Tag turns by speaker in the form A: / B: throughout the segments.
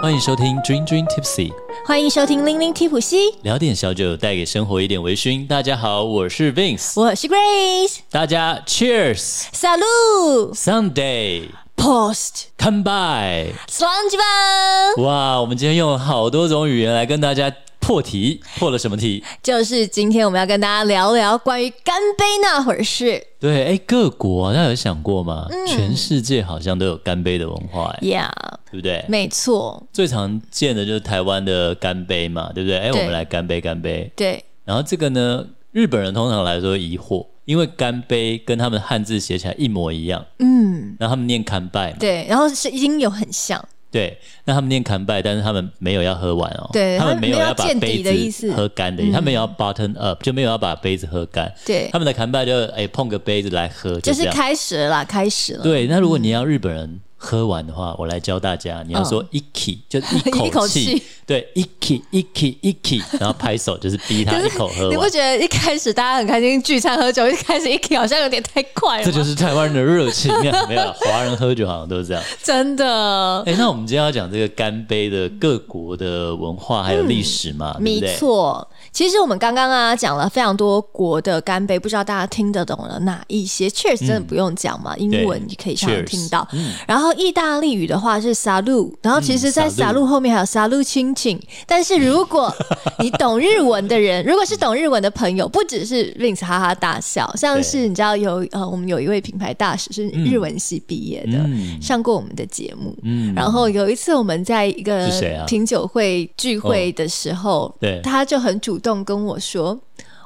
A: 欢迎收听 Dream Dream Tipsy，
B: 欢迎收听《零零提普西》，
A: 聊点小酒，带给生活一点微醺。大家好，我是 Vince，
B: 我是 Grace，
A: 大家 Cheers。
B: 萨路
A: Sunday
B: Post
A: come by，
B: Slunge 吧，
A: 哇，我们今天用了好多种语言来跟大家破题，破了什么题？
B: 就是今天我们要跟大家聊聊关于干杯那会儿事。
A: 对，哎，各国大家有想过吗？全世界好像都有干杯的文化，哎，
B: Yeah，
A: 对不对？
B: 没错，
A: 最常见的就是台湾的干杯嘛，对不对？哎，我
B: 对
A: 们来干杯，干杯。
B: 对，
A: 然后这个呢，日本人通常来说疑惑，因为干杯跟他们汉字写起来一模一样，
B: 嗯，
A: 然后他们念干拜嘛，
B: 对，然后是音有很像，
A: 对，那他们念干拜，但是他们没有要喝完哦，
B: 对
A: 他们没有要把
B: 他们没有
A: 杯
B: 见底的意
A: 子
B: 思嗯
A: 喝干的意思，他们也要 button up，就没有要把杯子喝干，
B: 对
A: 他，们的干拜就哎碰个杯子来喝，
B: 就
A: 这
B: 是嗯
A: 样。
B: 开始了啦，开始了。
A: 对，那如果你要日本人喝完的话，我来教大家，你要说 iki，、就就一
B: 哦 一口
A: 气
B: 气，
A: 对，iki iki iki，然后拍手就是逼他一口喝
B: 你
A: 完
B: 不。觉得一开始大家很开心聚餐喝酒，一开始一口好像有点太快了
A: 这
B: 吗？
A: 就是台湾人的热情啊！没有啦，华人喝酒好像都是这样。
B: 真的，
A: 哎、那我们今天要讲这个干杯的各国的文化还有历史嘛，对不
B: 嗯没
A: 对？
B: 错，其实我们刚刚啊讲了非常多国的干杯，不知道大家听得懂了哪一些？Cheers
A: 嗯
B: 真的不用讲嘛，英文你可以常常
A: Cheers
B: 听到。然后意大利语的话是 salu，然后其实在
A: salut
B: salu 后面还有 salu 亲亲。但是如果你懂日文 的人，如果是懂日文的朋友，不只是 Vince 哈哈大笑，像是你知道有呃，我们有一位品牌大使是日文系毕业的，
A: 嗯
B: 上过我们的节目。
A: 嗯，
B: 然后有一次我们在一个
A: 是谁啊
B: 品酒会聚会的时候，
A: 哦对
B: 他就很主动跟我说。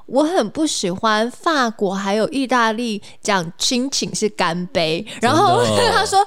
B: 我很不喜欢法国还有意大利讲亲情是干杯，然后
A: 真的哦
B: 他说，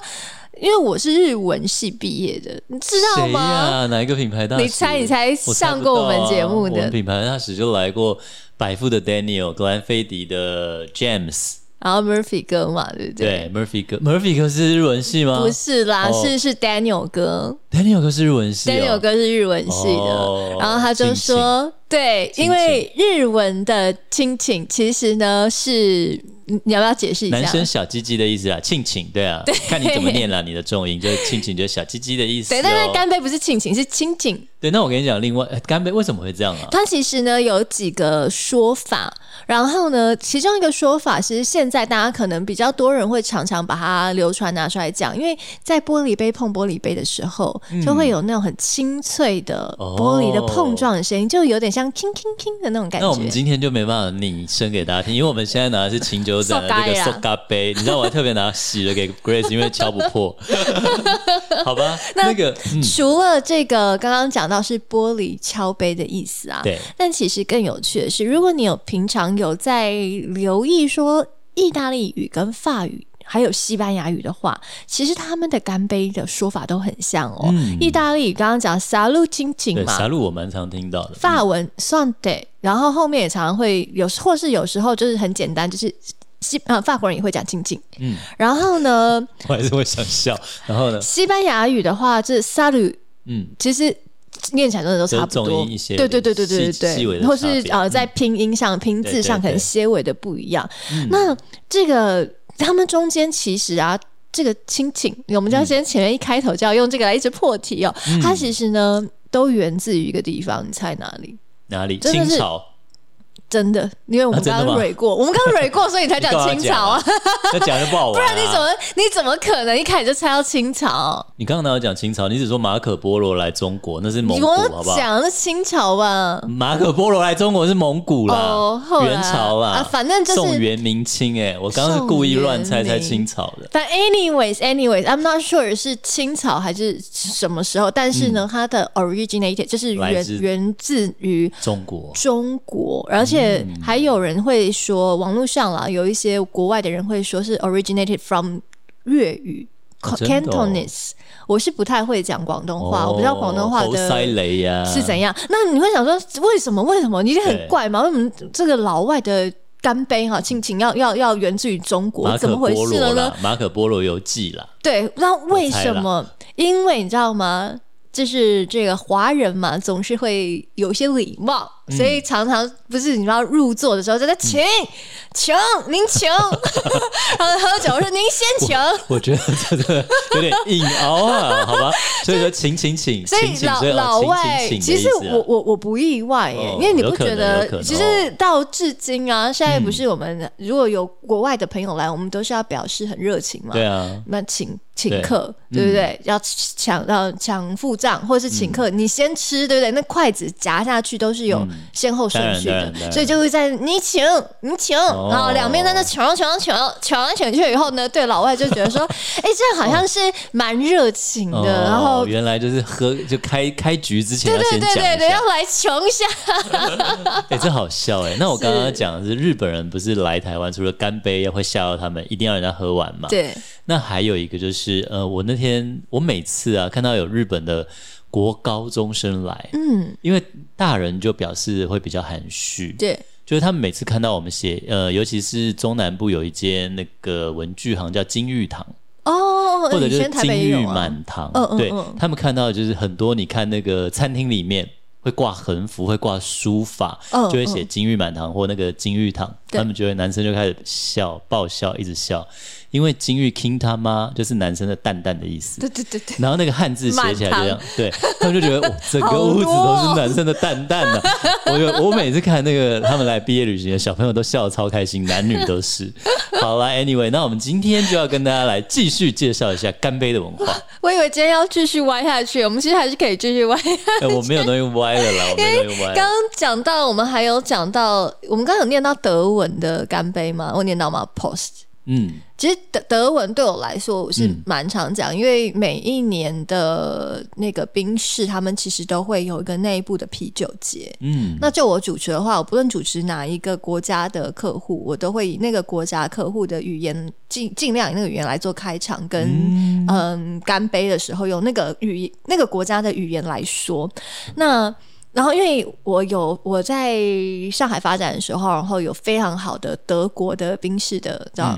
B: 因为我是日文系毕业的，你知道
A: 谁呀、
B: 吗？
A: 哪一个品牌大使？
B: 你猜你才
A: 我
B: 上
A: 不
B: 过
A: 到
B: 我们节目
A: 啊、我们
B: 的，
A: 品牌大使就来过百富的 Daniel、格兰菲迪的 James，
B: 然后啊 Murphy 哥嘛，对不
A: 对
B: 对？
A: Murphy 哥，Murphy 哥是日文系吗
B: 不是啦，
A: 哦
B: 是是 Daniel 哥
A: ？Daniel 哥是日文系、哦、
B: ，Daniel 哥是日文系的，
A: 哦
B: 然后他就说，对，
A: 亲情
B: 因为日文的亲情其实呢是，你你要不要解释一下？
A: 男生小鸡鸡的意思啊，庆庆，对啊，看你怎么念啦，你的重音就是庆庆，就是小鸡鸡的意思、哦。
B: 对，但是干杯不是亲情，是亲情。
A: 对，那我跟你讲，另外呃干杯为什么会这样啊？
B: 它其实呢有几个说法，然后呢，其中一个说法其实现在大家可能比较多人会常常把它流传拿出来讲，因为在玻璃杯碰玻璃杯的时候，就会有那种很清脆的
A: 哦
B: 玻璃的碰撞的声音，就有点像 king king king 哦的那种感
A: 那我们
B: 觉。
A: 今天就没办法拟声给大家听，因为我们现在拿的是琴酒展的那 个
B: 塑胶呀
A: 塑嘎杯，你知道我还特别拿洗了给 Grace，因为敲不 破，好吧？那个嗯，
B: 除了这个刚刚讲到是玻璃敲杯的意思啊，
A: 对，
B: 但其实更有趣的是，如果你有平常有在留意说意大利语跟法语。还有西班牙语的话，其实他们的干杯的说法都很像哦。意大利语刚刚讲 “salut 亲情”
A: 嗯对，
B: 嘛，
A: 杀戮我蛮常听到的，
B: 法文 s o n d a y 然后后面也常常会有，或是有时候就是很简单，就是西呃法国人也会讲亲情。
A: 嗯，
B: 然后呢，
A: 我还是会想笑。然 后呢，
B: 西班牙语的话就是 “salut”，
A: 嗯，
B: 其实念起来真的都差
A: 就
B: 不
A: 是重
B: 多
A: 音一，些
B: 对对对对对
A: 细
B: 对
A: 细微的
B: 对，或
A: 差别嗯
B: 是呃在拼音上、拼字上
A: 对对对嗯
B: 可能些微的不一样。那这个他们中间其实啊。这个亲情，我们就要先前面一开头就要用这个来一直破题哦。
A: 嗯
B: 它其实呢，都源自于一个地方，你猜哪里？
A: 哪里？
B: 真的
A: 清
B: 是
A: 朝。
B: 真的，因为我们
A: 啊真的
B: 刚刚
A: 吗
B: 蕊过，我们刚刚蕊过，所以你 才讲
A: 你干嘛
B: 清朝啊，
A: 那讲就不好玩、啊。
B: 不然你怎 么你怎么可能一开始就猜到清朝？
A: 你刚刚哪有讲清朝？你只说马可波罗来中国，那是蒙
B: 你
A: 古，
B: 跟
A: 好不
B: 我
A: 好？
B: 讲的是清朝吧？
A: 马可波罗来中国是蒙古啦，
B: 哦后来
A: 元朝啦，
B: 啊反正就是
A: 宋元明清、哎，我刚刚是故意乱猜猜清朝的。
B: 但 anyways，anyways，I'm not sure 是清朝还是什么时候，但是呢，它的 originated 就是
A: 嗯来
B: 源
A: 自
B: 源自于
A: 中国
B: 中国，而且
A: 嗯
B: 还有人会说，网络上啦，有一些国外的人会说是 originated from 粤语。
A: 哦真的哦
B: Cantonese，、我是不太会讲广东话，我不知道广东话
A: 猴
B: 的
A: 塞雷呀、
B: 是怎样？那你会想说，为什么？为什么？你一定
A: 对
B: 很怪嘛？为什么这个老外的干杯哈亲情要要要源自于中国？
A: 马
B: 怎
A: 可
B: 么
A: 波
B: 回
A: 罗
B: 事了呢
A: 啦？，马可波罗游记啦，
B: 对，那为
A: 猜
B: 什
A: 啦
B: 么？因为你知道吗？就是这个华人嘛，总是会有一些礼貌。所以常常不是你知道入座的时候就在请请您请，然后喝酒我说您先请，
A: 我觉得这个有点硬凹啊，好吧？所以说，请请请，
B: 所
A: 请
B: 以
A: 请，
B: 老
A: 所以哦
B: 老
A: 请
B: 外，
A: 请请的
B: 其
A: 意
B: 实
A: 思啊
B: 我我我不意外耶，
A: 哦
B: 因为你
A: 有
B: 不
A: 可
B: 觉
A: 能
B: 得
A: 有可？能
B: 其实到至今啊，现在不是我们如果有国外的朋友来，我们都是要表示很热情嘛。
A: 对啊，
B: 那请请
A: 对嗯
B: 客，对不对？要抢到抢付账，或是请客，你先吃，对不对？那筷子夹下去都是有先后顺序
A: 嗯当
B: 的
A: 然当然当，然
B: 所以就会在你请你请，
A: 哦
B: 然后两边在那抢抢抢抢来抢去以后呢，对老外就觉 得说，哎，这好像是蛮热情的，
A: 哦
B: 然后
A: 原来就是喝就开开局之前要
B: 对
A: 先讲
B: 对对
A: 一
B: 对，
A: 下
B: 要，来穷一下，
A: 哎、这好笑哎、那我刚
B: 是
A: 刚讲的是日本人不是来台湾，除了干杯要会吓到他们，一定要人家喝完嘛。
B: 对，
A: 那还有一个就是，呃，我那天我每次啊看到有日本的国高中生来，
B: 嗯，
A: 因为大人就表示会比较含蓄，
B: 对，
A: 就是他们每次看到我们写，呃，尤其是中南部有一间那个文具行叫金玉堂，
B: 哦，
A: 或者
B: 以
A: 就是
B: 前台
A: 金
B: 北也
A: 玉
B: 有啊，
A: 满堂，
B: 嗯嗯
A: 对
B: 嗯
A: 他们看到的就是很多，你看那个餐厅里面会挂横幅，会挂书法，
B: 嗯
A: 就会写金玉满堂或那个金玉堂，
B: 对
A: 他们就会男生就开始笑，爆笑，一直笑，因为金玉 king 他妈就是男生的蛋蛋的意思。
B: 对对对对，
A: 然后那个汉字写起来就这
B: 满
A: 样， 对他们就觉 得哇整个屋子都是男生的蛋蛋呢、
B: 哦
A: 我有我每次看那个他们来毕业旅行的小朋友都笑得超开心，男女都是。好啦 a n y w a y 那我们今天就要跟大家来继续介绍一下干杯的文化。
B: 我以为今天要继续歪下去，我们其实还是可以继续歪
A: 哎，我没有东西歪了啦，我没有东西歪了。
B: 刚刚讲到，我们还有讲到，我们刚刚有念到德文的干杯吗？我念到吗？Post。
A: 嗯，
B: 其实德德文对我来说，我是
A: 嗯
B: 蛮常讲，因为每一年的那个冰室，他们其实都会有一个内部的啤酒节。
A: 嗯，
B: 那就我主持的话，我不论主持哪一个国家的客户，我都会以那个国家客户的语言，尽尽量以那个语言来做开场，跟嗯干杯的时候用那个语那个国家的语言来说。那然后，因为我有我在上海发展的时候，然后有非常好的德国的宾士的这样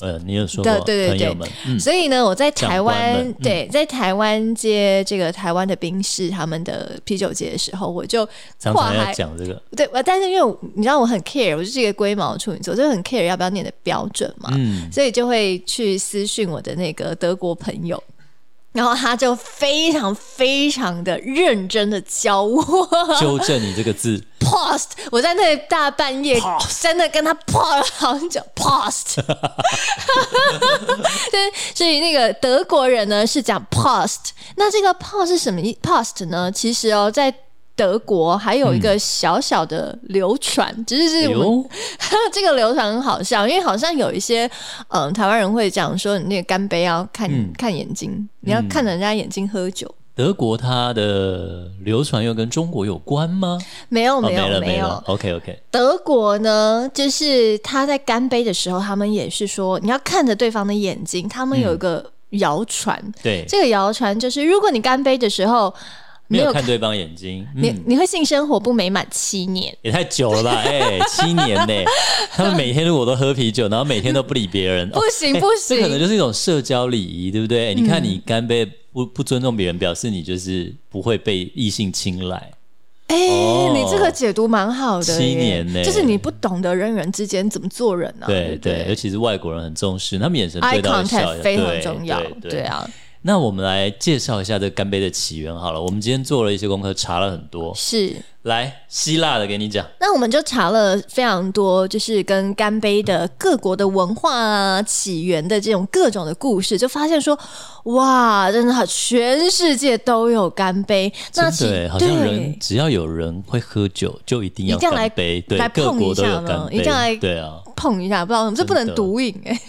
A: 呃，你有说
B: 对
A: 过
B: 对对
A: 朋
B: 对
A: 友们，嗯，
B: 所以呢，我在台
A: 长
B: 湾
A: 官们嗯
B: 对，在台湾接这个台湾的宾士他们的啤酒节的时候，我就
A: 常
B: 跨
A: 常要
B: 海
A: 讲这个，
B: 对，我但是因为我你知道我很 care，我就是一个龟毛处女座，就很 care 要不要念的标准嘛，
A: 嗯，
B: 所以就会去私讯我的那个德国朋友。然后他就非常非常的认真的教我
A: 纠正你这个字，
B: post，我在那里大半夜真的跟他 post 了好久 post，对，所以那个德国人呢是讲 post，那这个 post 是什么意 post 呢？其实哦，在德国还有一个小小的流传，只是是
A: 嗯哎
B: 我们
A: 呦，
B: 这个流程很好笑，因为好像有一些嗯、呃台湾人会讲说，你那个干杯要看、
A: 嗯
B: 看眼睛，你要看人家眼睛喝酒。
A: 德国它的流传又跟中国有关吗？
B: 没有
A: 哦，
B: 没有、
A: 没了
B: 没
A: 了
B: 有，
A: ，OK OK，
B: 德国呢，就是他在干杯的时候，他们也是说你要看着对方的眼睛，他们有一
A: 嗯
B: 个谣传，
A: 对，
B: 这个谣传就是如果你干杯的时候
A: 没有
B: 看
A: 看对方眼睛，
B: 你
A: 嗯，
B: 你会性生活不美满七年。
A: 也太久了 吧？哎、七年呢、他们每天如果都喝啤酒，然后每天都不理别人，
B: 不 行
A: 哎
B: 不行嗯
A: 这可能就是一种社交礼仪，对不对？哎你看你干杯不不尊重别人，表示你就是不会被异性青睐。
B: 哎、
A: 哦
B: 你这个解读蛮好的耶，
A: 七年呢
B: 就是你不懂得人与人之间怎么做人啊，
A: 对
B: 不对
A: 对，尤其是外国人很重视，他们眼神
B: eye
A: 对到会笑
B: contact
A: 的
B: 非常
A: 对
B: 重要
A: 对，对
B: 对啊，
A: 那我们来介绍一下这干杯的起源好了。我们今天做了一些功课，查了很多。
B: 是。
A: 来，希腊的给你讲，
B: 那我们就查了非常多，就是跟干杯的各国的文化啊、起源的这种各种的故事，就发现说，哇，真的好，全世界都有干杯。那
A: 真
B: 其
A: 的耶欸好像人
B: 对
A: 只要有人会喝酒，就一定要
B: 一定要来
A: 干杯。对
B: 来，
A: 各
B: 碰一
A: 国都
B: 下
A: 有
B: 呢
A: 干
B: 一
A: 杯
B: 定要来。
A: 对啊，
B: 碰一下，不知道为什么这不能
A: 真的
B: 毒瘾哎、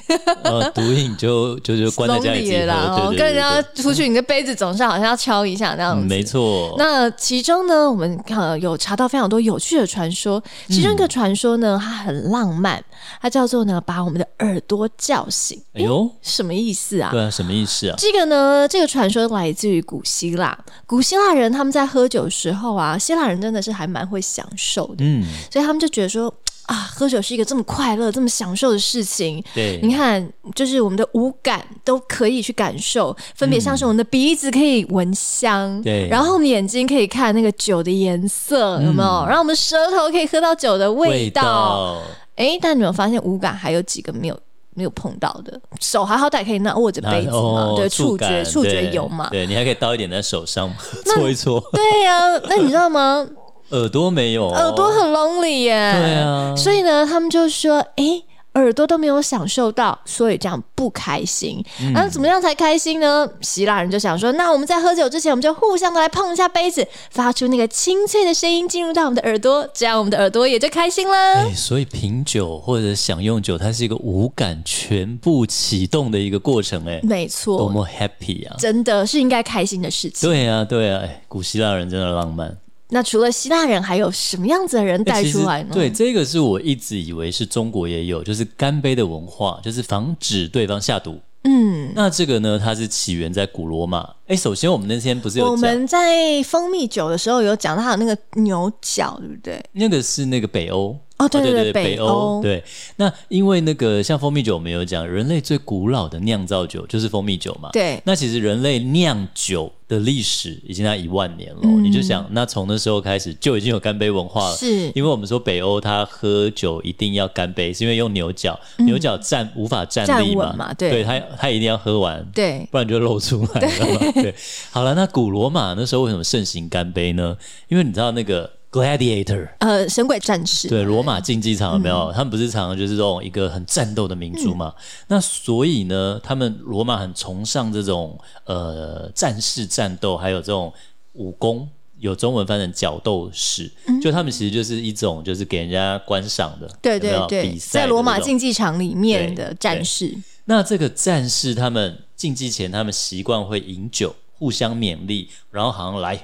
A: 呃，毒瘾 就就就关在家里自己
B: lonely 啦，哦
A: 喝，对对对
B: 跟人家
A: 对
B: 出去，你的杯子总是好像要敲一下那样
A: 嗯
B: 子。
A: 没错。
B: 那其中呢，我们呃有查到非常多有趣的传说，其中一个传说呢，它很浪漫，它叫做呢把我们的耳朵叫醒，
A: 哎呦，
B: 什么意思啊？
A: 对啊，什么意思啊？
B: 这个呢，这个传说来自于古希腊。古希腊人他们在喝酒的时候啊，希腊人真的是还蛮会享受的，
A: 嗯，
B: 所以他们就觉得说，啊，喝酒是一个这么快乐、这么享受的事情。
A: 对，
B: 你看，就是我们的五感都可以去感受，分别像是我们的鼻子可以闻香，
A: 对
B: 然后我们眼睛可以看那个酒的颜色，有没有？然后我们舌头可以喝到酒的
A: 嗯
B: 味
A: 味
B: 道。
A: 道
B: 哎，但你有没有发现五感还有几个没有？没有碰到的，手还好歹可以拿握着杯子嘛，
A: 哦
B: 对，
A: 触
B: 触觉
A: 感
B: 触觉
A: 对
B: 有嘛，
A: 对你还可以倒一点在手上搓一搓，
B: 对呀、那你知道吗？
A: 耳朵没有哦，
B: 耳朵很 lonely 耶。
A: 对啊
B: 所以呢，他们就说，诶，耳朵都没有享受到，所以这样不开心。
A: 嗯
B: 那、怎么样才开心呢？希腊人就想说，那我们在喝酒之前，我们就互相的来碰一下杯子，发出那个清脆的声音进入到我们的耳朵，这样我们的耳朵也就开心啦。
A: 哎，所以品酒或者享用酒，它是一个五感全部启动的一个过程，哎，
B: 没
A: 多
B: 错，
A: 么 happy 啊！
B: 真的是应该开心的事情。
A: 对啊，对啊，哎，古希腊人真的浪漫。
B: 那除了希腊人，还有什么样子的人
A: 哎
B: 带
A: 其实
B: 出来呢？
A: 对，这个是我一直以为是中国也有，就是干杯的文化，就是防止对方下毒。
B: 嗯，
A: 那这个呢，它是起源在古罗马。哎，首先我们那天不是
B: 我
A: 有讲，
B: 们在蜂蜜酒的时候有讲到它有那个牛角，对不对？
A: 那个是那个北欧。
B: 哦，对
A: 对
B: 对，
A: 北
B: 北欧，
A: 对，那因为那个像蜂蜜酒，我们有讲，人类最古老的酿造酒就是蜂蜜酒嘛。
B: 对
A: 那其实人类酿酒的历史已经在一万年了，
B: 嗯
A: 你就想，那从那时候开始就已经有干杯文化了。
B: 是
A: 因为我们说北欧他喝酒一定要干杯，是因为用牛角，牛角站无法站立
B: 站
A: 嘛，
B: 嗯稳嘛对
A: 他他一定要喝完，
B: 对，
A: 不然就露出来了嘛。对，好了，那古罗马那时候为什么盛行干杯呢？因为你知道那个 gladiator。
B: 呃，神鬼战士，
A: 对，罗马竞技场有没
B: 嗯
A: 有？他们不是常常就是这种一个很战斗的民族嘛？那所以呢，他们罗马很崇尚这种呃战士战斗，还有这种武功。有中文翻成角斗士，就他们其实就是一种就是给人家观赏的，
B: 嗯对
A: 有没
B: 对
A: 有
B: 对，
A: 比赛
B: 在
A: 的
B: 罗马
A: 那种
B: 竞技场里面
A: 对
B: 的
A: 对
B: 战士，
A: 那这个战士他们竞技前，他们习惯会饮酒，互相勉励，然后好像来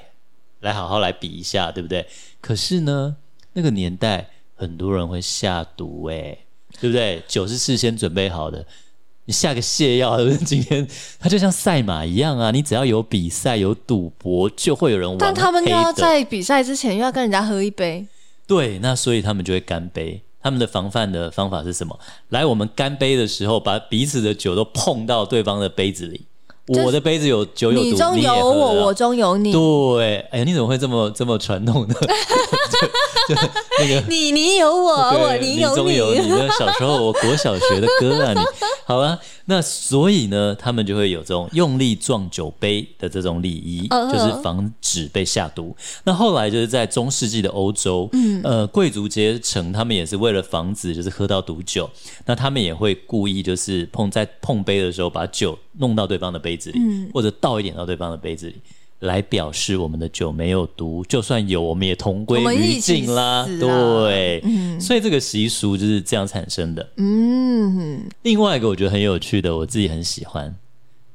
A: 来好好来比一下，对不对？可是呢，那个年代很多人会下毒、诶，对不对？酒是事先准备好的，你下个泻药， 对不对今天它就像赛马一样啊，你只要有比赛、有赌博，就会有人玩黑
B: 但
A: 的。
B: 他们又要在比赛之前又要跟人家喝一杯，
A: 对，那所以他们就会干杯。他们的防范的方法是什么？来，我们干杯的时候，把彼此的酒都碰到对方的杯子里。
B: 是
A: 我的杯子有酒有毒，
B: 你中
A: 也
B: 有
A: 喝
B: 我，
A: 了
B: 我中有你，
A: 对，哎呀，你怎么会这么这么传统呢？
B: 你你有我，我
A: 对，
B: 你
A: 中有
B: 你，
A: 你。那小时候我国小学的歌啊，你好啊。那所以呢，他们就会有这种用力撞酒杯的这种礼仪，
B: 嗯
A: 就是防止被下毒。那后来就是在中世纪的欧洲，呃，贵族阶层他们也是为了防止就是喝到毒酒，那他们也会故意就是碰在碰杯的时候把酒弄到对方的杯子里，或者倒一点到对方的杯子里。来表示我们的酒没有毒，就算有，我们也同归
B: 我们
A: 于
B: 一起
A: 尽啦。
B: 死啊
A: 对，对，所以这个习俗就是这样产生的。
B: 嗯，
A: 另外一个我觉得很有趣的，我自己很喜欢，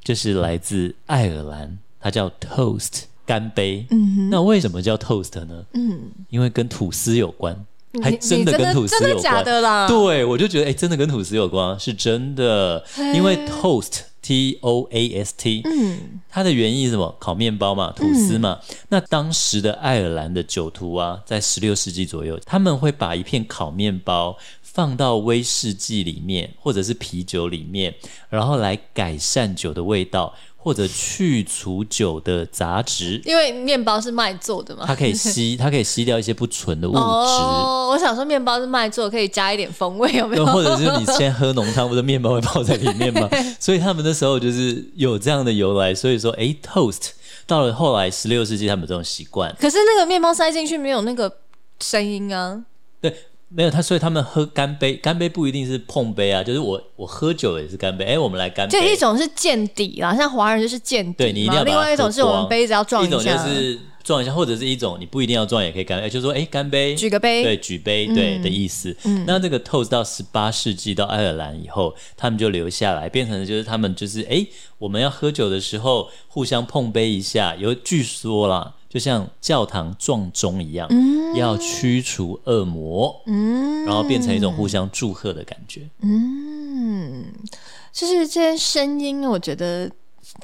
A: 就是来自爱尔兰，它叫 toast 干杯。嗯，那为什么叫 toast 呢？嗯，因为跟吐司有关，还
B: 你
A: 真的
B: 你
A: 跟吐司
B: 真
A: 有
B: 的
A: 关。
B: 假的啦？
A: 对，我就觉得哎、真的跟吐司有关，是真的，因为 toast t o a s t，嗯，它的原意是什么？烤面包嘛，吐司嘛。那当时的爱尔兰的酒徒啊，在十六世纪左右，他们会把一片烤面包。放到威士忌里面，或者是啤酒里面，然后来改善酒的味道，或者去除酒的杂质。
B: 因为面包是麦做的嘛
A: 它。可以吸，它可以吸掉一些不纯的物质。
B: 哦，我想说面包是麦做，可以加一点 风味，有没
A: 对，
B: 有？
A: 或者是你先喝浓汤，不是面包会泡在里面吗？所以他们那时候就是有这样的由来，所以说，诶 t o a s t 到了后来十六世纪，他们有这种习惯，
B: 可是那个面包塞进去没有那个声音啊。
A: 对，没有他，所以他们喝干杯，干杯不一定是碰杯啊，就是我我喝酒也是干杯，哎诶，我们来干杯，
B: 就一种是见底啦，像华人就是见底
A: 对
B: 嘛，
A: 你一定要把它
B: 另外一种
A: 喝
B: 是我们
A: 光
B: 杯子要撞
A: 一种就
B: 下，
A: 是撞一下，或者是一种你不一定要撞也可以干杯，就说诶，哎干杯，
B: 举个杯嗯
A: 对，举杯，对、的意思。那这个 toast 到十八世纪到爱尔兰以后，他们就留下来，变成就是他们就是诶，我们要喝酒的时候互相碰杯一下，有据说啦。就像教堂撞钟一样，
B: 嗯
A: 要驱除恶魔，然后变成
B: 嗯
A: 一种互相祝贺的感觉。
B: 嗯，就是这些声音，我觉得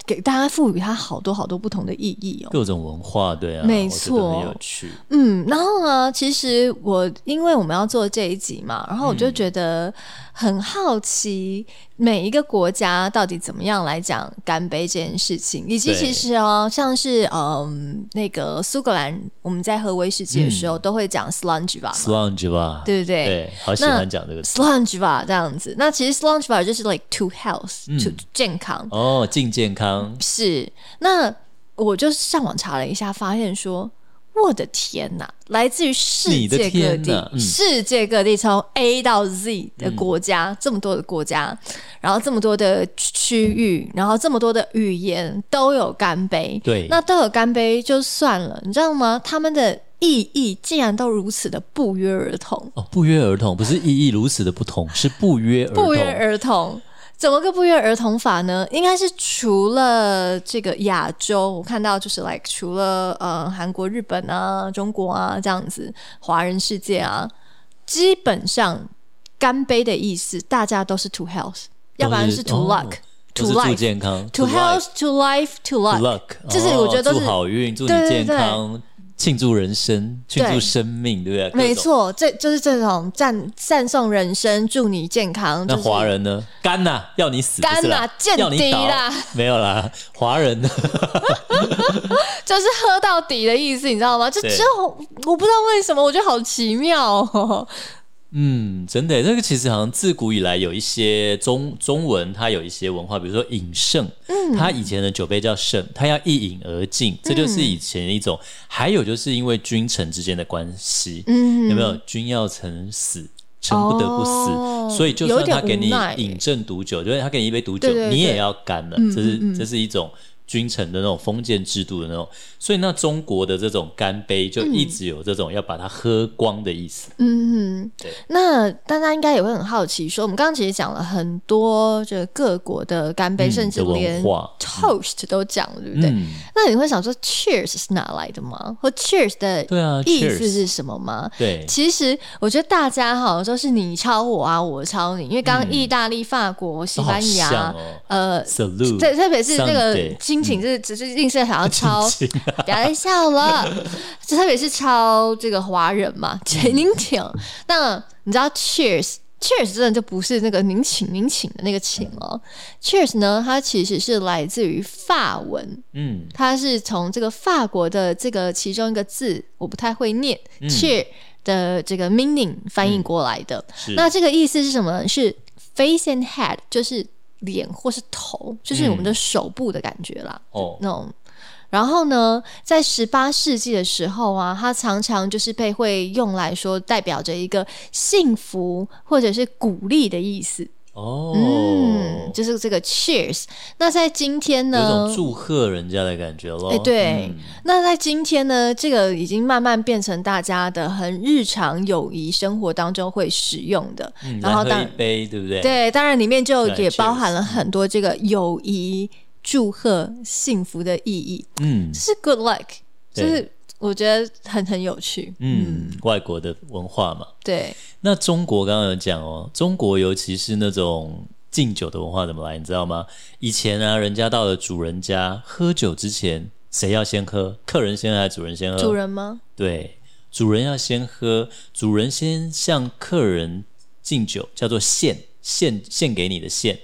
B: 给大家赋予它好多好多不同的意义哦。
A: 各种文化，对啊，
B: 没
A: 我觉得
B: 错
A: 很有趣。
B: 嗯，然后呢，其实我因为我们要做这一集嘛，然后我就觉得很好奇，每一个国家到底怎么样来讲干杯这件事情，以及
A: 对
B: 其实哦，像是嗯那个苏格兰，我们在喝威士忌的时候、都会讲嗯 slunge 吧嘛，
A: Slange 吧，
B: 对不对？
A: 对，好喜欢讲这个词
B: slunge 吧，这样子。那其实 slunge 吧就是 like to health、to 健康，
A: 哦，净健康，
B: 是，那我就上网查了一下，发现说，我的天呐，来自于世
A: 你的
B: 界各
A: 天
B: 地
A: 呐，嗯
B: 世界各地从 A 到 Z 的国家，
A: 嗯
B: 这么多的国家，然后这么多的区域，然后这么多的语言都有干杯。
A: 对
B: 那都有干杯就算了，你知道吗？他们的意义竟然都如此的不约而同，
A: 哦，不约而同，不是意义如此的不同，是不约而同。
B: 不约而同。怎么个不约而同法呢？应该是除了这个亚洲，我看到就是 like 除了呃韩国、日本啊、中国啊这样子，华人世界啊，基本上干杯的意思，大家都是 to health，要不然是 to
A: 哦
B: luck，to
A: 都是祝
B: life，to
A: 健康
B: health to life to
A: to
B: luck。
A: luck，
B: 就是
A: 哦
B: 我觉得都是
A: 祝好运，祝你
B: 对对
A: 健康，庆祝人生，庆祝生命，对不对？各种
B: 没。错，这就是这种赞赞颂人生，祝你健康。
A: 那
B: 就是
A: 华人呢？干呐、要你死！不是啦
B: 干呐见
A: 要你
B: 底
A: 倒
B: 啦！
A: 没有啦，华人呢？
B: 就是喝到底的意思，你知道吗？就
A: 对
B: 只有我不知道为什么，我觉得好奇妙哦。
A: 嗯，真的耶，这个其实好像自古以来有一些中中文，它有一些文化，比如说饮胜，嗯，它以前的酒杯叫胜，它要一饮而尽，这
B: 嗯
A: 就是以前一种。还有就是因为君臣之间的关系，
B: 嗯
A: 有没有君要臣死，臣不得不死，
B: 哦
A: 所以就
B: 有
A: 算
B: 点
A: 他给你
B: 无奈
A: 饮鸩毒酒，就是他给你一杯毒酒，
B: 对对
A: 你也
B: 对嗯
A: 要干了，这是这是一种。君臣的那种封建制度的那种，所以那中国的这种干杯就一直有这种要把它喝光的意思。
B: 嗯
A: 对，
B: 那大家应该也会很好奇说我们刚刚其实讲了很多，这各国的干杯，
A: 嗯
B: 甚至
A: 的文
B: 连
A: 化
B: toast 都讲了，对不对？
A: 嗯，
B: 那你会想说 cheers 是哪来的吗？或 cheers 的
A: 对啊，
B: 意思
A: cheers
B: 是什么吗？
A: 对，
B: 其实我觉得大家好像都是你抄我啊，我抄你，因为刚刚意大利、法国、西
A: 都嗯好
B: 班牙，
A: 像哦
B: 呃，
A: ，salute，
B: 对，特别是那个
A: Sunday
B: 心情，就是只是硬是想要 抄，
A: 亲亲
B: 不要再 笑了。就特别是抄这个华人嘛，请您请。那你知道 Cheers。Cheers 真的就不是那个您请您请的那个请哦，Cheers 呢，它其实是来自于法文，
A: 嗯，
B: 它是从这个法国的这个其中一个字，我不太会念、cheer 的这个 meaning 翻译过来的。
A: 是
B: 那这个意思是什么呢？是 face and head，就是脸或是头，
A: 嗯
B: 就是我们的手部的感觉啦，
A: 哦，
B: 那种。然后呢，在十八世纪的时候啊，它常常就是被会用来说代表着一个幸福或者是鼓励的意思。嗯，
A: 哦，
B: 就是这个 cheers。那在今天
A: 有
B: 呢，
A: 种祝贺人家的感觉咯。
B: 哎，对，
A: 嗯，
B: 那在今天呢，这个已经慢慢变成大家的很日常友谊生活当中会使用的，
A: 嗯
B: 然后
A: 来
B: 当
A: 喝一杯，对不对？，
B: 对，当然里面就
A: 对
B: 也
A: ，cheers
B: 包含了很多这个友谊、祝贺、幸福的意义，
A: 嗯
B: 就是 good luck，就
A: 对
B: 是我觉得很很有趣，
A: 嗯，外国的文化嘛。
B: 对，
A: 那中国刚刚有讲哦，中国尤其是那种敬酒的文化怎么来，你知道吗？以前啊，人家到了主人家喝酒之前，谁要先喝？客人先喝还是主人先喝？
B: 主人吗？
A: 对，主人要先喝，主人先向客人敬酒，叫做献献献给你的献。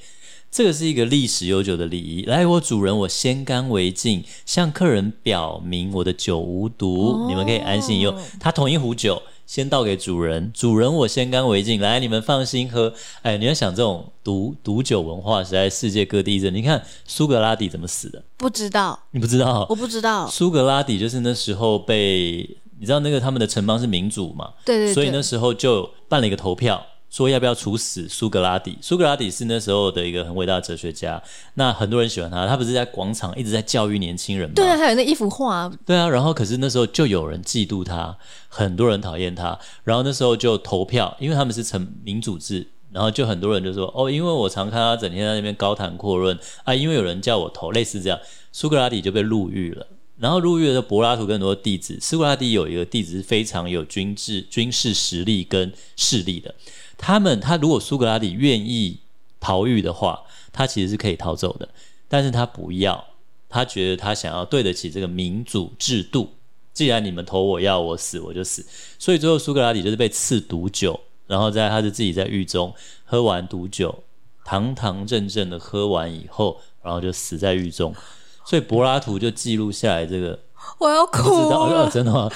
A: 这个是一个历史悠久的礼仪。来，我主人，我先干为敬，向客人表明我的酒无毒，
B: 哦
A: 你们可以安心饮用。他同一壶酒先倒给主人，主人我先干为敬，来，你们放心喝。哎，你要想这种毒毒酒文化，实在世界各地的。你看苏格拉底怎么死的？
B: 不知道，
A: 你不知道？
B: 我不知道，
A: 苏格拉底就是那时候被你知道那个他们的城邦是民主嘛，
B: 对对对，
A: 所以那时候就办了一个投票，说要不要处死苏格拉底。苏格拉底是那时候的一个很伟大的哲学家，那很多人喜欢他，他不是在广场一直在教育年轻人吗？
B: 对啊，还有那一幅画，
A: 对啊，然后可是那时候就有人嫉妒他，很多人讨厌他，然后那时候就投票，因为他们是成民主制，然后就很多人就说哦，因为我常看他整天在那边高谈阔论啊，因为有人叫我投，类似这样，苏格拉底就被入狱了。然后入狱的柏拉图跟很多弟子，苏格拉底有一个弟子是非常有军事军事实力跟势力的，他们他如果苏格拉底愿意逃狱的话，他其实是可以逃走的。但是他不要，他觉得他想要对得起这个民主制度。既然你们投我要我死我就死，所以最后苏格拉底就是被赐毒酒，然后在他就自己在狱中喝完毒酒，堂堂正正的喝完以后，然后就死在狱中。所以柏拉图就记录下来这个
B: 我要
A: 不
B: 哭啊
A: 知道，
B: 了
A: 哦， 真的吗？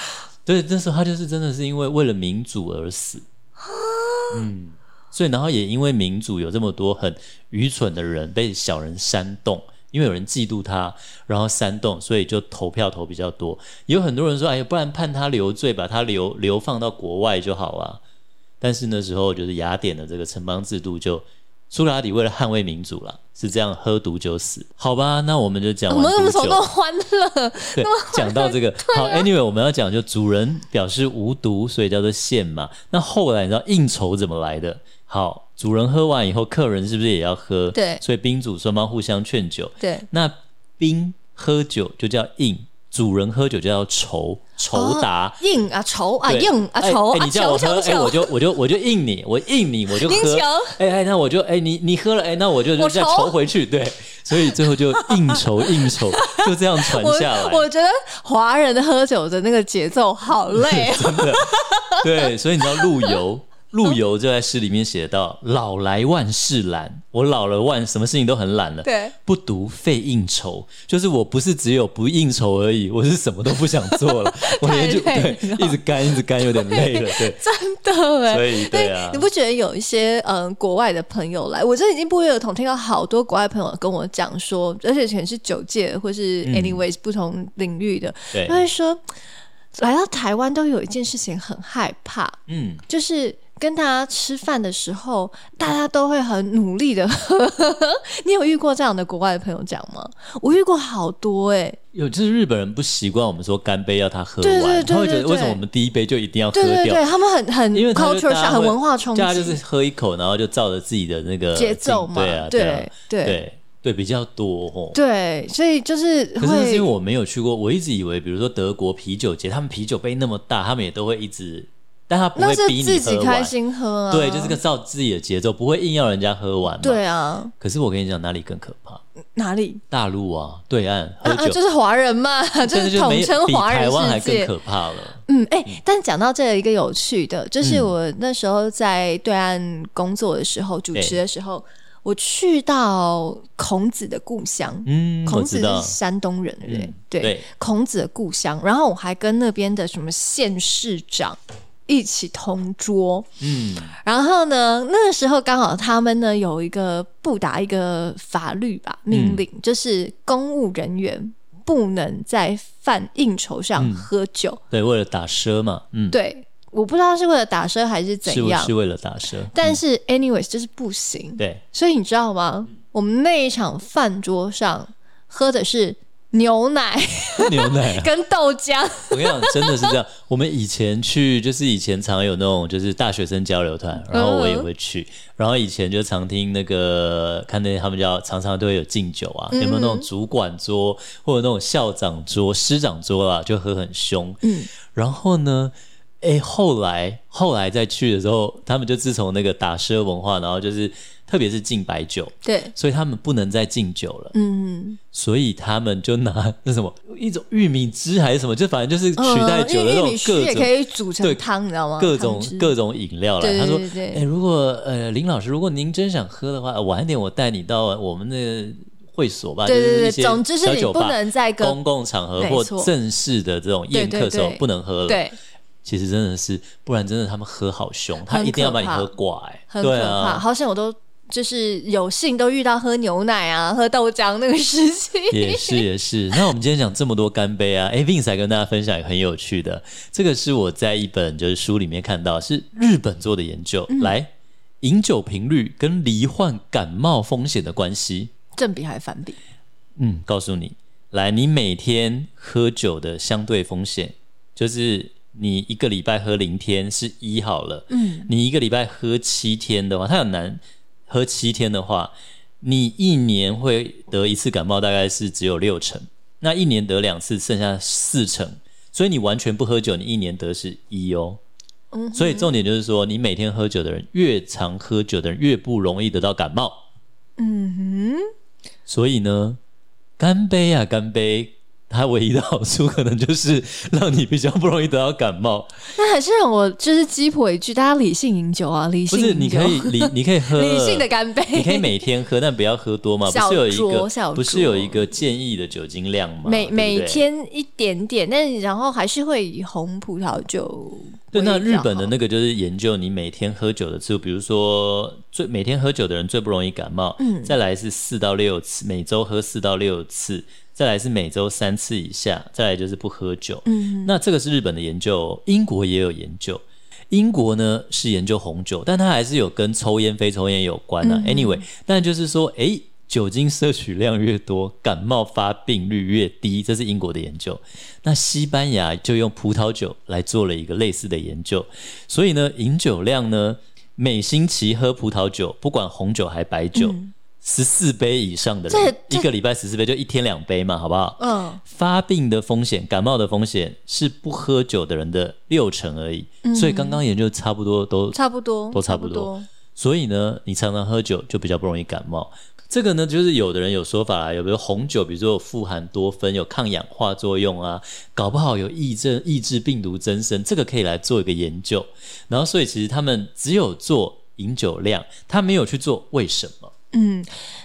A: 对，那时候他就是真的是因为为了民主而死，
B: 啊
A: 嗯，所以然后也因为民主有这么多很愚蠢的人被小人煽动，因为有人嫉妒他，然后煽动，所以就投票投比较多。也有很多人说，哎，不然判他流罪，把他流流放到国外就好了。但是那时候就是雅典的这个城邦制度就。苏格拉底为了捍卫民主啦，是这样喝毒酒死，好吧？那啊我们就讲
B: 我
A: 完毒
B: 们
A: 酒。
B: 怎么怎么那么欢乐？
A: 对， 讲到 这个，
B: 啊
A: 好，anyway，我们要讲就主人表示无毒，所以叫做献嘛。那后来你知道应酬怎么来的？好，主人喝完以后，客人是不是也要喝？
B: 对
A: 所以宾主双方互相劝酒。
B: 对，
A: 那宾喝酒就叫应，主人喝酒就叫酬，酬答。
B: 硬啊愁哦啊
A: 对
B: 硬啊
A: 哎
B: 愁
A: 哎
B: 啊
A: 你叫我
B: 求
A: 喝，
B: 求
A: 哎、我
B: 求！
A: 就我就我就应你，我应你，我就
B: 您
A: 喝
B: 求，
A: 哎哎，那我就哎，你你喝了，哎，那我就
B: 我
A: 再
B: 酬
A: 酬回去，对，所以最后就应酬应酬，哎就这样传
B: 我
A: 下来。
B: 我觉得华人喝酒的那个节奏好累 哦，
A: 真的。 对，所以你知道陆游，陆游就在诗里面写到：“老来万事懒，我老了万什么事情都很懒了。”
B: 对，
A: 不读费应酬，就是我不是只有不应酬而已，我是什么都不想做了，我连就
B: 太累
A: 对
B: 了
A: 一直干一直干，有点累 了，对。
B: 真的哎。
A: 所以对啊
B: 你，不觉得有一些嗯、呃国外的朋友来，我真的已经不约而同听到好多国外朋友跟我讲说，而且全是酒界或是 anyways、不同领域的，
A: 嗯对
B: 他会说来到台湾都有一件事情很害怕，
A: 嗯，
B: 就是跟大家吃饭的时候，大家都会很努力的。 你有遇过这样的国外的朋友讲吗？我遇过好多哎、
A: 有就是日本人不习惯我们说干杯要他喝完，
B: 对对对
A: 他会觉
B: 对
A: 得
B: 对
A: 为什么我们第一杯就一定要喝
B: 对
A: 掉？
B: 对对，他们很很
A: 因为他就
B: culture
A: 大家
B: 上
A: 会
B: 很文化冲击，
A: 大家就是喝一口，然后就照着自己的那个
B: 节奏嘛
A: 对啊，
B: 对
A: 啊
B: 对
A: 对对，比较多哦。
B: 对，所以就是
A: 可是那是因为
B: 会。
A: 我没有去过，我一直以为，比如说德国啤酒节，他们啤酒杯那么大，他们也都会一直，但他不
B: 那
A: 会
B: 是
A: 逼
B: 自
A: 你
B: 己
A: 喝
B: 开
A: 完，
B: 心喝啊，
A: 对，就是个照自己的节奏，不会硬要人家喝完嘛。。
B: 对啊，
A: 可是我跟你讲，哪里更可怕？
B: 哪里
A: 大陆啊，对岸喝
B: 啊啊
A: 酒，
B: 就是华 人嘛，就
A: 但是就
B: 统
A: 没
B: 称
A: 比
B: 华
A: 台
B: 人
A: 湾还
B: 世
A: 更
B: 界。
A: 可怕了。
B: 嗯，哎、但讲到这一个有趣的，就是
A: 嗯
B: 我那时候在对岸工作的时候，主持
A: 对
B: 的时候，我去到孔子的故乡。
A: 嗯，我
B: 孔子
A: 知
B: 是
A: 道，
B: 山东人，对不对？
A: 嗯
B: 对，
A: 对
B: 孔子的故乡。然后我还跟那边的什么县市长一起同桌。
A: 嗯，
B: 然后呢，那时候刚好他们呢有一个布达一个法律吧命
A: 嗯
B: 令，就是公务人员不能在犯应酬
A: 嗯
B: 上喝酒。
A: 对，为了打奢嘛，嗯，
B: 对，我不知道是为了打折还是
A: 是
B: 怎样，
A: 是为了打奢，
B: 但是 anyways 就是不行。
A: 对，
B: 所以你知道吗？我们那一场饭桌上喝的是 牛奶
A: 牛奶啊。
B: 跟豆浆，
A: 我跟你讲，真的是这样。我们以前去，就是以前常有那种就是大学生交流团，然后我也会去。然后以前就常听那个看那他们叫常常都会有敬酒啊，有没有那种主管桌或者那种校长桌、师长桌啊，就喝很凶。嗯，然后呢？哎，后来后来再去的时候，他们就自从那个打奢文化，然后就是特别是敬白酒，
B: 对，
A: 所以他们不能再敬酒了。
B: 嗯，
A: 所以他们就拿 那什么一种玉米汁还是什么，就反正就是取代酒的那
B: 嗯因为玉
A: 种
B: 米须
A: 各
B: 也可
A: 种。
B: 以煮成
A: 对
B: 汤，你知道吗？
A: 各种
B: 汤汁
A: 各种饮料啦。
B: 对
A: 他说
B: 对对：“
A: 哎、如果呃林老师，如果您真想喝的话，呃晚一点我带你到我们的会所吧，啊
B: 对
A: 就是
B: 对
A: 一
B: 对，
A: 些
B: 总之是
A: 小
B: 你
A: 酒
B: 不
A: 吧
B: 能在跟
A: 公共场合
B: 没
A: 或
B: 错
A: 正式的这种宴
B: 对
A: 客
B: 对
A: 的时候
B: 对
A: 不能喝了。
B: 对，
A: 其实真的是，不然真的他们喝好凶，他
B: 很
A: 一定要
B: 可
A: 把你
B: 怕
A: 喝挂、欸，
B: 很
A: 对
B: 可怕。
A: 啊，
B: 好像我都就是有幸都遇到喝牛奶啊、喝豆浆那个事情。
A: 也是也是。那我们今天讲这么多干杯啊，哎，Vince 还跟大家分享一个很有趣的，这个是我在一本就是书里面看到，是日本做的研究，来饮酒频率跟罹患感冒风险的关系。
B: 正比还是反比？
A: 嗯，告诉你，来，你每天喝酒的相对风险，就是你一个礼拜喝零天是一好了，嗯，你一个礼拜喝七天的话，它很难喝七天的话，你一年会得一次感冒，大概是只有六成，那一年得两次，剩下四成，所以你完全不喝酒，你一年得是一哦。
B: 嗯
A: 所以重点就是说，你每天喝酒的人，越常喝酒的人，越不容易得到感冒。
B: 嗯哼，
A: 所以呢，干杯啊，干杯！它唯一的好处可能就是让你比较不容易得到感 冒。
B: 那还是让我就是鸡婆一句，大家理性饮酒啊，理
A: 不
B: 性
A: 是，你
B: 饮酒
A: 可以理，你可以喝
B: 理性的干杯，
A: 你可以每天喝，但不要喝多嘛。不
B: 小
A: 是有一
B: 酌小
A: 个
B: 酌
A: 不是有一个建议的酒精量吗？
B: 每
A: 对不对
B: 每天一点点，但是然后还是会以红葡萄酒
A: 对，那
B: 为比较
A: 日
B: 好
A: 本的那个就是研究你每天喝酒的次数，比如说最每天喝酒的人最不容易感冒，嗯，再来是四到六次，每周喝四到六次，再来是每周三次以下，再来就是不喝酒，嗯，那这个是日本的研究哦，英国也有研究。英国呢是研究红酒，但它还是有跟抽烟、非抽烟有关啊。anyway，但
B: 嗯
A: 就是说，诶，酒精摄取量越多，感冒发病率越低，这是英国的研究。那西班牙就用葡萄酒来做了一个类似的研究，所以呢，饮酒量呢，每星期喝葡萄酒，不管红酒还白酒，十四、杯以上的人，
B: 嗯这
A: 一个礼拜十四杯，就一天两杯嘛，好不好？
B: 嗯，
A: 发病的风险、感冒的风险是不喝酒的人的六成而已，
B: 嗯
A: 所以刚刚研究差不多都
B: 差不多
A: 都差不多。所以呢，你常常喝酒就比较不容易感冒。这个呢，就是有的人有说法啦，有比如红酒，比如说有富含多酚，有抗氧化作用啊，搞不好有抑制抑制病毒增生，这个可以来做一个研究。然后，所以其实他们只有做饮酒量，他没有去做为什么。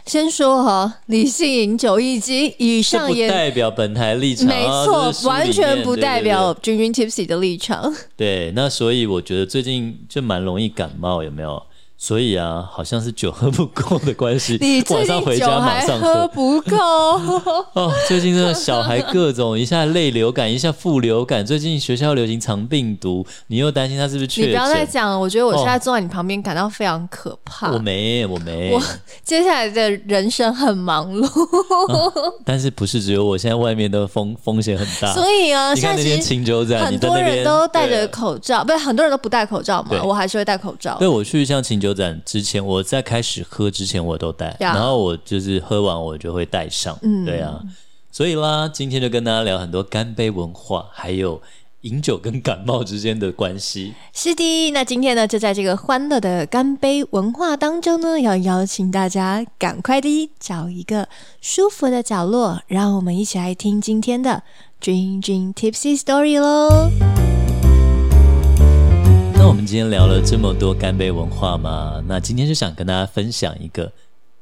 B: 先说哈，理性饮酒以及以
A: 这
B: 上
A: 不
B: 言。
A: 代表本台立场啊，
B: 没
A: 这
B: 错
A: 是，书里
B: 完全
A: 面
B: 不
A: 对
B: 代
A: 对
B: 表君君 Tipsy 的立场。，
A: 对，那所以我觉得最近就蛮容易感冒，有没有？所以啊，好像是酒喝不够的关系
B: 你最
A: 晚上
B: 近
A: 回
B: 酒
A: 家马
B: 还
A: 上
B: 喝不 够，
A: 哦。最近真的小孩各种，一下类流感，一下副流感，最近学校流行肠病毒，你又担心他是不是
B: 你
A: 确
B: 不要再
A: 诊？
B: 讲了。我觉得我现在
A: 哦
B: 坐在你旁边感到非常可怕。
A: 我没，我没，
B: 我接下来的人生很忙碌，
A: 但是不是只有我？现在外面的风风险很大。
B: 所以啊，
A: 你看
B: 现在
A: 那
B: 其
A: 天
B: 实
A: 青州站，
B: 很
A: 你在
B: 多
A: 那
B: 人
A: 边
B: 都戴
A: 对
B: 着
A: 啊
B: 口罩，不是很多人都不戴口罩嘛
A: 对。
B: 我还是会戴口罩。
A: 对，我去像清酒展之前，我在开始喝之前我都带
B: 呀
A: 然后我就是喝完我就会带上。
B: 嗯
A: 对啊，所以啦，今天就跟大家聊很多干杯文化，还有饮酒跟感冒之间的关系。
B: 是的，那今天呢，就在这个欢乐的干杯文化当中呢，要邀请大家赶快的找一个舒服的角落，让我们一起来听今天的 Dream Dream Tipsy Story 喽。
A: 那我们今天聊了这么多干杯文化嘛，那今天就想跟大家分享一个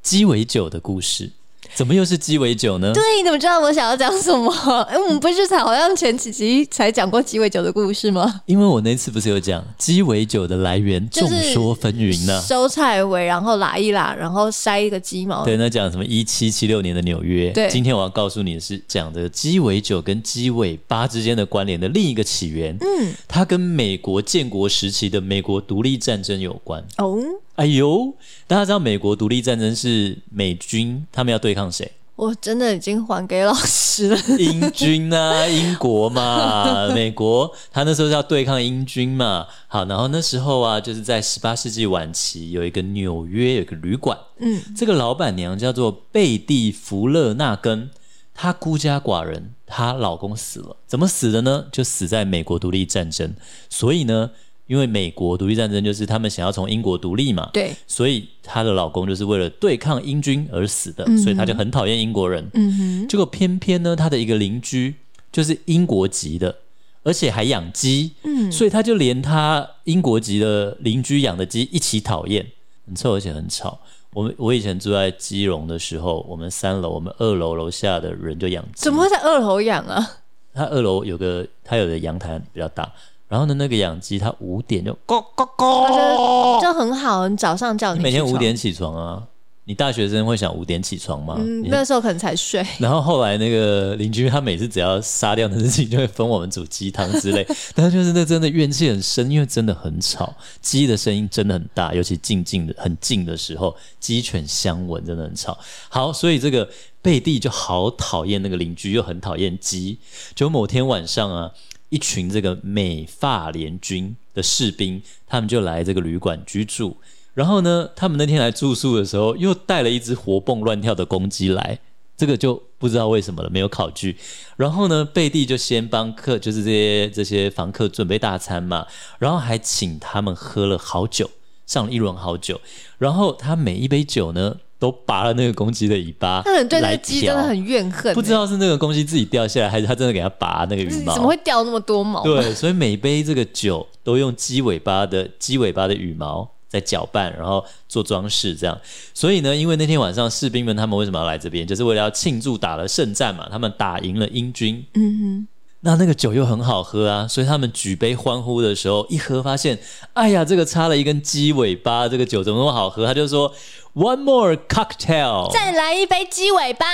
A: 鸡尾酒的故事。怎么又是鸡尾酒呢？
B: 对，你怎么知道我想要讲什么？ 哎，我们不是才好像前几集才讲过鸡尾酒的故事吗？
A: 因为我那次不是有讲鸡尾酒的来源
B: 就
A: 众
B: 是
A: 说纷纭呢、
B: 收菜尾，然后拉一拉，然后塞一个鸡毛。
A: 对，那讲什么一七七六年的纽约，
B: 对
A: 今天我要告诉你的是讲这个鸡尾酒跟鸡尾巴之间的关联的另一个起源，嗯，它跟美国建国时期的美国独立战争有关。
B: 哦，
A: 哎呦，大家知道美国独立战争是美军他们要对抗谁？
B: 我真的已经还给老师了。
A: 英军啊，英国嘛，美国，他那时候是要对抗英军嘛。好，然后那时候啊，就是在十八世纪晚期，有一个纽约有一个旅馆，嗯，这个老板娘叫做贝蒂·福勒纳根，她孤家寡人，她老公死了，怎么死的呢？就死在美国独立战争。所以呢，因为美国独立战争就是他们想要从英国独立嘛，
B: 对，
A: 所以她的老公就是为了对抗英军而死的，所以她就很讨厌英国人。嗯结果偏偏呢，她的一个邻居就是英国籍的，而且还养鸡，嗯，所以她就连她英国籍的邻居养的鸡一起讨厌，很臭而且很吵。我们我以前住在基隆的时候，我们三楼，我们二楼楼下的人就养鸡，
B: 怎么会在二楼养啊？
A: 他二楼有个他有的阳台比较大，然后呢，那个养鸡它五点就咕咕咕，
B: 这很好，你早上叫
A: 哦
B: 你
A: 你每天
B: 起床
A: 五，点起床啊？你大学生会想五点起床吗？
B: 嗯，
A: 你
B: 那时候可能才睡。
A: 然后后来那个邻居他每次只要杀掉那只鸡，就会分我们煮鸡汤之类。但是就是那真的怨气很深，因为真的很吵，鸡的声音真的很大，尤其静静的很静的时候，鸡犬相闻真的很吵。好，所以这个贝蒂就好讨厌那个邻居，又很讨厌鸡。就某天晚上啊，一群这个美发联军的士兵，他们就来这个旅馆居住。然后呢，他们那天来住宿的时候，又带了一只活蹦乱跳的公鸡来，这个就不知道为什么了，没有考据。然后呢，贝蒂就先帮客，就是这些这些房客准备大餐嘛，然后还请他们喝了好酒，上了一轮好酒。然后他每一杯酒呢，都拔了那个公鸡的尾巴，
B: 他很对那
A: 来
B: 个鸡真的
A: 挑
B: 很怨恨、
A: 不知道是那个公鸡自己掉下来，还是他真的给它拔那个
B: 欸
A: 羽
B: 怎么
A: 毛。
B: 会掉那么多毛？
A: 对，所以每杯这个酒都用鸡尾巴的鸡尾巴的羽毛在搅拌，然后做装饰这样。所以呢，因为那天晚上士兵们他们为什么要来这边，就是为了要庆祝打了胜战嘛，他们打赢了英军。
B: 嗯
A: 那那个酒又很好喝啊，所以他们举杯欢呼的时候，一喝发现，哎呀，这个插了一根鸡尾巴，这个酒怎么那么好喝？他就说，One more cocktail，
B: 哼，再来一杯鸡尾巴。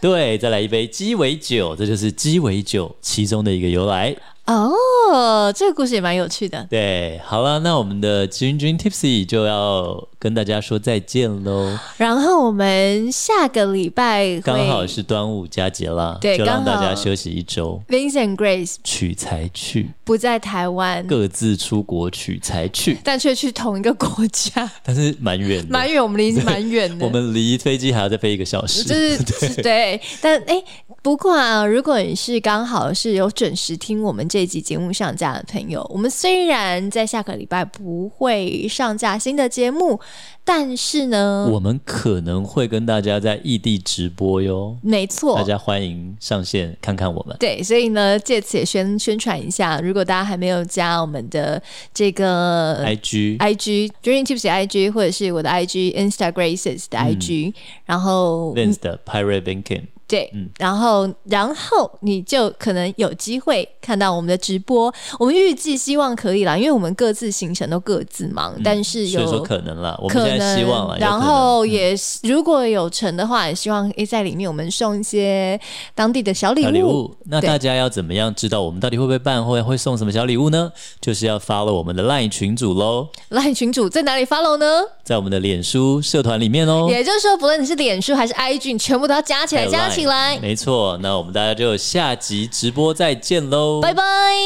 A: 对，再来一杯鸡尾酒，这就是鸡尾酒其中的一个由来。
B: 哦，这个故事也蛮有趣的。
A: 对，好了，那我们的君君 Tipsy 就要跟大家说再见喽，
B: 然后我们下个礼拜会
A: 刚好是端午佳节啦，
B: 对
A: 就让
B: 刚
A: 大
B: 好
A: 家休息一周，
B: Vincent Grace
A: 取材去，
B: 不在台湾，
A: 各自出国取材 去，
B: 但却去同一个国 家，
A: 但是蛮远的，
B: 蛮远，我们离蛮远的。
A: 我们离飞机还要再飞一个小时，
B: 就是对但哎、不过啊，如果你是刚好是有准时听我们这一集节目上架的朋友，我们虽然在下个礼拜不会上架新的节目，但是呢，
A: 我们可能会跟大家在异地直播哟，
B: 没
A: 大
B: 错。
A: 家欢迎上线看看我们。
B: 对，所以呢，借此也宣宣传一下，如果大家还没有加我们的这个
A: IG
B: IG Dream Tips 的 IG，或者是我的 IG Instagraces
A: 嗯
B: 的 IG，、然后
A: Vince 的 Pirate Banking。
B: 对，
A: 嗯
B: 然后然后你就可能有机会看到我们的直播。我们预计希望可以啦，因为我们各自行程都各自忙，但是
A: 嗯所以说
B: 有。
A: 可能啦，我们
B: 可
A: 现在
B: 能，
A: 希望啦，有可
B: 然
A: 能嗯
B: 后也是、如果有成的话，也希望诶在里面我们送一些当地的小礼
A: 小
B: 物。
A: 啊礼物。那
B: 对
A: 大家要怎么样知道我们到底会不会办，会会送什么小礼物呢？就是要 follow 我们的 LINE 群组喽，
B: 赖群主在哪里 follow 呢？
A: 在我们的脸书社团里面哦。
B: 也就是说，不论你是脸书还是 IG，你全部都要加起
A: 还
B: 来，
A: 有
B: 加
A: LINE
B: 起来。
A: 没错，那我们大家就下集直播再见喽，
B: 拜拜，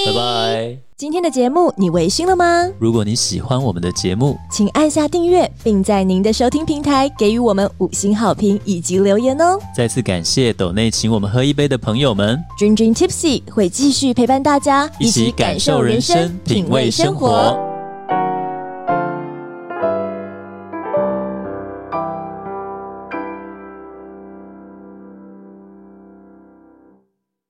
A: 拜拜。
B: 今天的节目你微醺了吗？
A: 如果你喜欢我们的节目，
B: 请按下订阅，并在您的收听平台给予我们五星好评以及留言哦。
A: 再次感谢斗内请我们喝一杯的朋友们，
B: 君君 Tipsy 会继续陪伴大家，
A: 一起感受人生，品味生活。